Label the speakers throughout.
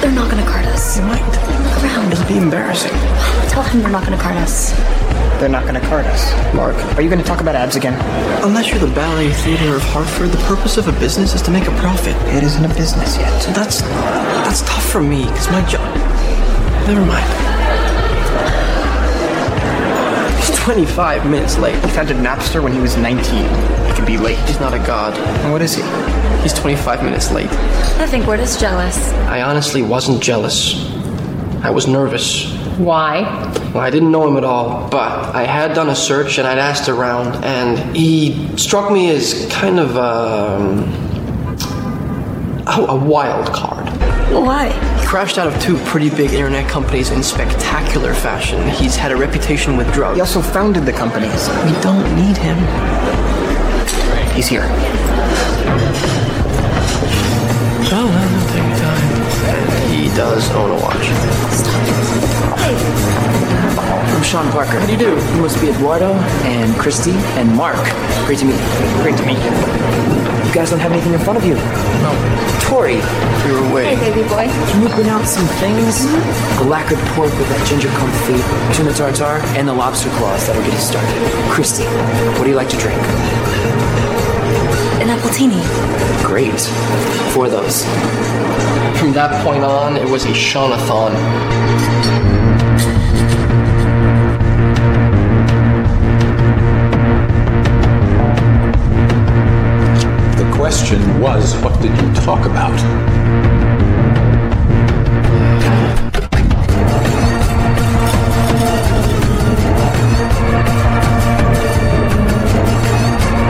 Speaker 1: They're not gonna card us.
Speaker 2: They might.
Speaker 1: Look around.
Speaker 2: It'll be embarrassing.
Speaker 1: Tell him they're not gonna card us.
Speaker 2: They're not going to card us. Mark, are you going to talk about abs again?
Speaker 3: Unless you're the Ballet Theater of Hartford, the purpose of a business is to make a profit.
Speaker 2: It isn't a business yet.
Speaker 3: That's that's tough for me, because my job. Never mind. He's 25 minutes late.
Speaker 2: He founded Napster when he was 19. He could be late.
Speaker 3: He's not a god.
Speaker 2: And what is he?
Speaker 3: He's 25 minutes late.
Speaker 1: I think we're just jealous.
Speaker 3: I honestly wasn't jealous. I was nervous.
Speaker 4: Why?
Speaker 3: Well, I didn't know him at all, but I had done a search and I'd asked around, and he struck me as kind of um, a, a wild card.
Speaker 1: Why?
Speaker 3: He crashed out of two pretty big internet companies in spectacular fashion. He's had a reputation with drugs.
Speaker 2: He also founded the companies.
Speaker 3: We don't need him.
Speaker 2: He's here.
Speaker 3: Oh, well, it'll take time. And he does own a watch.
Speaker 5: I'm Sean Parker.
Speaker 3: What do you do?
Speaker 5: You must be Eduardo and Christy and Mark. Great to meet you.
Speaker 2: Great to meet you.
Speaker 5: You guys don't have anything in front of you. Tori,
Speaker 3: We were waiting.
Speaker 1: Baby boy.
Speaker 5: can you pronounce some things? The lacquered pork with that ginger confit, tuna tartare, and the lobster claws that'll get us started. Christy, what do you like to drink?
Speaker 1: An appletini.
Speaker 5: Great. Four of those.
Speaker 3: From that point on, it was a Shaunathon.
Speaker 6: The question was, what did you talk about?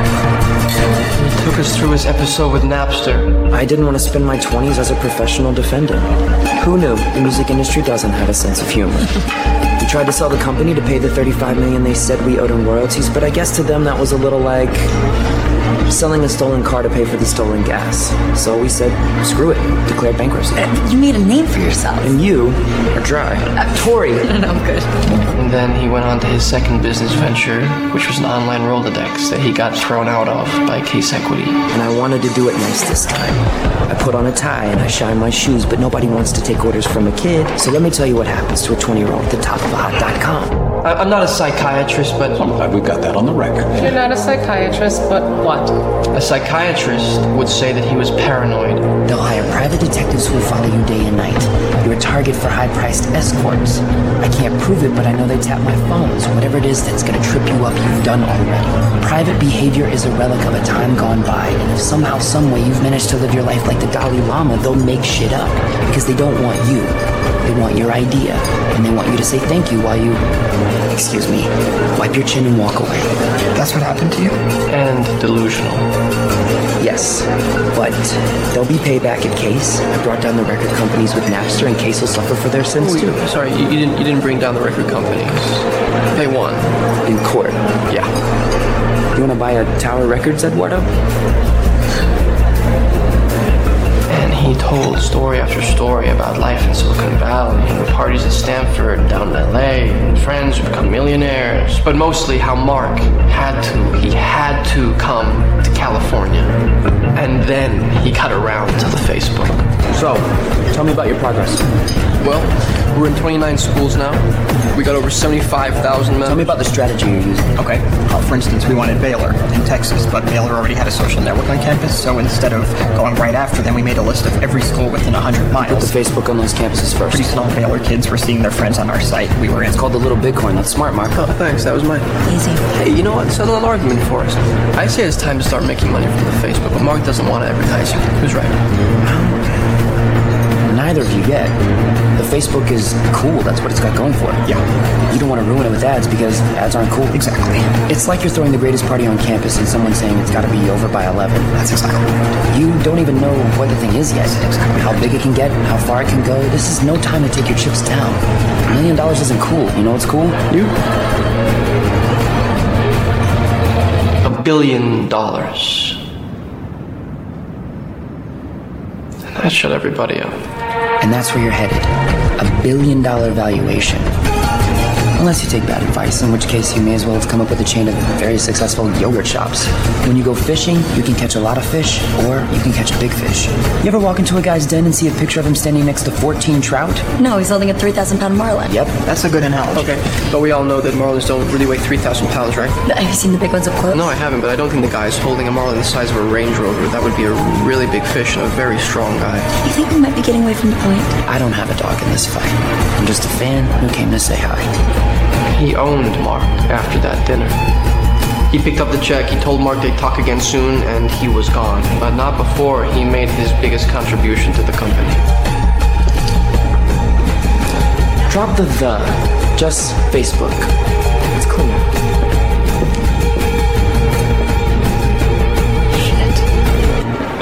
Speaker 3: He took us through his episode with Napster.
Speaker 5: I didn't want to spend my 20s as a professional defendant. Who knew the music industry doesn't have a sense of humor? we tried to sell the company to pay the 35 million they said we owed in royalties, but I guess to them that was a little like selling a stolen car to pay for the stolen gas. So we said, screw it, declare bankruptcy.
Speaker 1: You made a name for yourself.
Speaker 5: And you are dry. Tori,
Speaker 3: And then he went on to his second business venture, which was an online Rolodex that he got thrown out of by Case Equity.
Speaker 5: and I wanted to do it nice this time. I put on a tie and I shine my shoes, but nobody wants to take orders from a kid. So let me tell you what happens to a 20 year old at the top of a hot.com.
Speaker 3: I- I'm not a psychiatrist, but
Speaker 6: I'm glad we got that on the record.
Speaker 4: You're not a psychiatrist, but what?
Speaker 3: a psychiatrist would say that he was paranoid.
Speaker 5: They'll hire private detectives who will follow you day and night. You're a target for high priced escorts. I can't prove it, but I know they tap my phone, so whatever it is that's gonna trip you up, you've done already. Private behavior is a relic of a time gone by, and if somehow, someway you've managed to live your life like the Dalai Lama, they'll make shit up. Because they don't want you. They want your idea. And they want you to say thank you while you, excuse me, wipe your chin and walk away.
Speaker 2: That's what happened to you?
Speaker 3: And delusional.
Speaker 5: Yes, but there'll be payback in case. I brought down the record companies with Napster, and case will suffer for their sins
Speaker 2: Oh,
Speaker 5: too.
Speaker 3: Sorry, you, you didn't. You didn't bring down the record companies. They won.
Speaker 5: In court.
Speaker 3: Yeah.
Speaker 5: You want to buy a Tower Records, Eduardo?
Speaker 3: And he told story after story about life in Silicon Valley, and parties at Stanford, down in LA, and friends who become millionaires. But mostly how Mark had to, he had to come to California. And then he got around to the Facebook.
Speaker 5: So, tell me about your progress.
Speaker 3: Well, we're in 29 schools now. We got over 75,000
Speaker 5: Tell me
Speaker 3: members.
Speaker 5: about the strategy you're using.
Speaker 2: Okay. Uh, for instance, we wanted Baylor in Texas, but Baylor already had a social network on campus, so instead of going right after them, we made a list of every school within 100
Speaker 5: Put the
Speaker 2: miles.
Speaker 5: Facebook on those campuses
Speaker 2: Pretty
Speaker 5: first.
Speaker 2: small Baylor kids were seeing their friends on our site. We were in
Speaker 5: It's called the Little Bighorn. That's smart, Mark.
Speaker 3: Oh, thanks. That was mine.
Speaker 1: Easy.
Speaker 3: Hey, you know what? Settle an argument for us. I say it's time to start making money from the Facebook, but Mark doesn't want to advertise you. Who's right?
Speaker 5: Neither of you yet. The Facebook is cool. That's what it's got going for it.
Speaker 2: Yeah.
Speaker 5: You don't want to ruin it with ads because ads aren't cool.
Speaker 2: Exactly.
Speaker 5: It's like you're throwing the greatest party on campus and someone saying it's got to be over by 11.
Speaker 2: That's exactly.
Speaker 5: You don't even know what the thing is yet. How big it can get, how far it can go. This is no time to take your chips down. A million dollars isn't cool. You know what's cool?
Speaker 3: You. A billion dollars. And that shut everybody up.
Speaker 5: And that's where you're headed. A billion dollar valuation. Unless you take bad advice, in which case you may as well have come up with a chain of very successful yogurt shops. When you go fishing, you can catch a lot of fish, or you can catch a big fish. You ever walk into a guy's den and see a picture of him standing next to 14 trout?
Speaker 1: No, he's holding a 3,000 pound marlin.
Speaker 5: Yep.
Speaker 2: That's a good analogy.
Speaker 3: Okay, but we all know that marlins don't really weigh 3,000 pounds, right?
Speaker 1: Have you seen the big ones up close?
Speaker 3: No, I haven't, but I don't think the guy is holding a marlin the size of a Range Rover. That would be a really big fish and a very strong guy.
Speaker 1: You think we might be getting away from the point?
Speaker 5: I don't have a dog in this fight. I'm just a fan who came to say hi.
Speaker 3: He owned Mark after that dinner. He picked up the check, he told Mark they'd talk again soon, and he was gone. But not before he made his biggest contribution to the company.
Speaker 5: Drop the the. Just Facebook.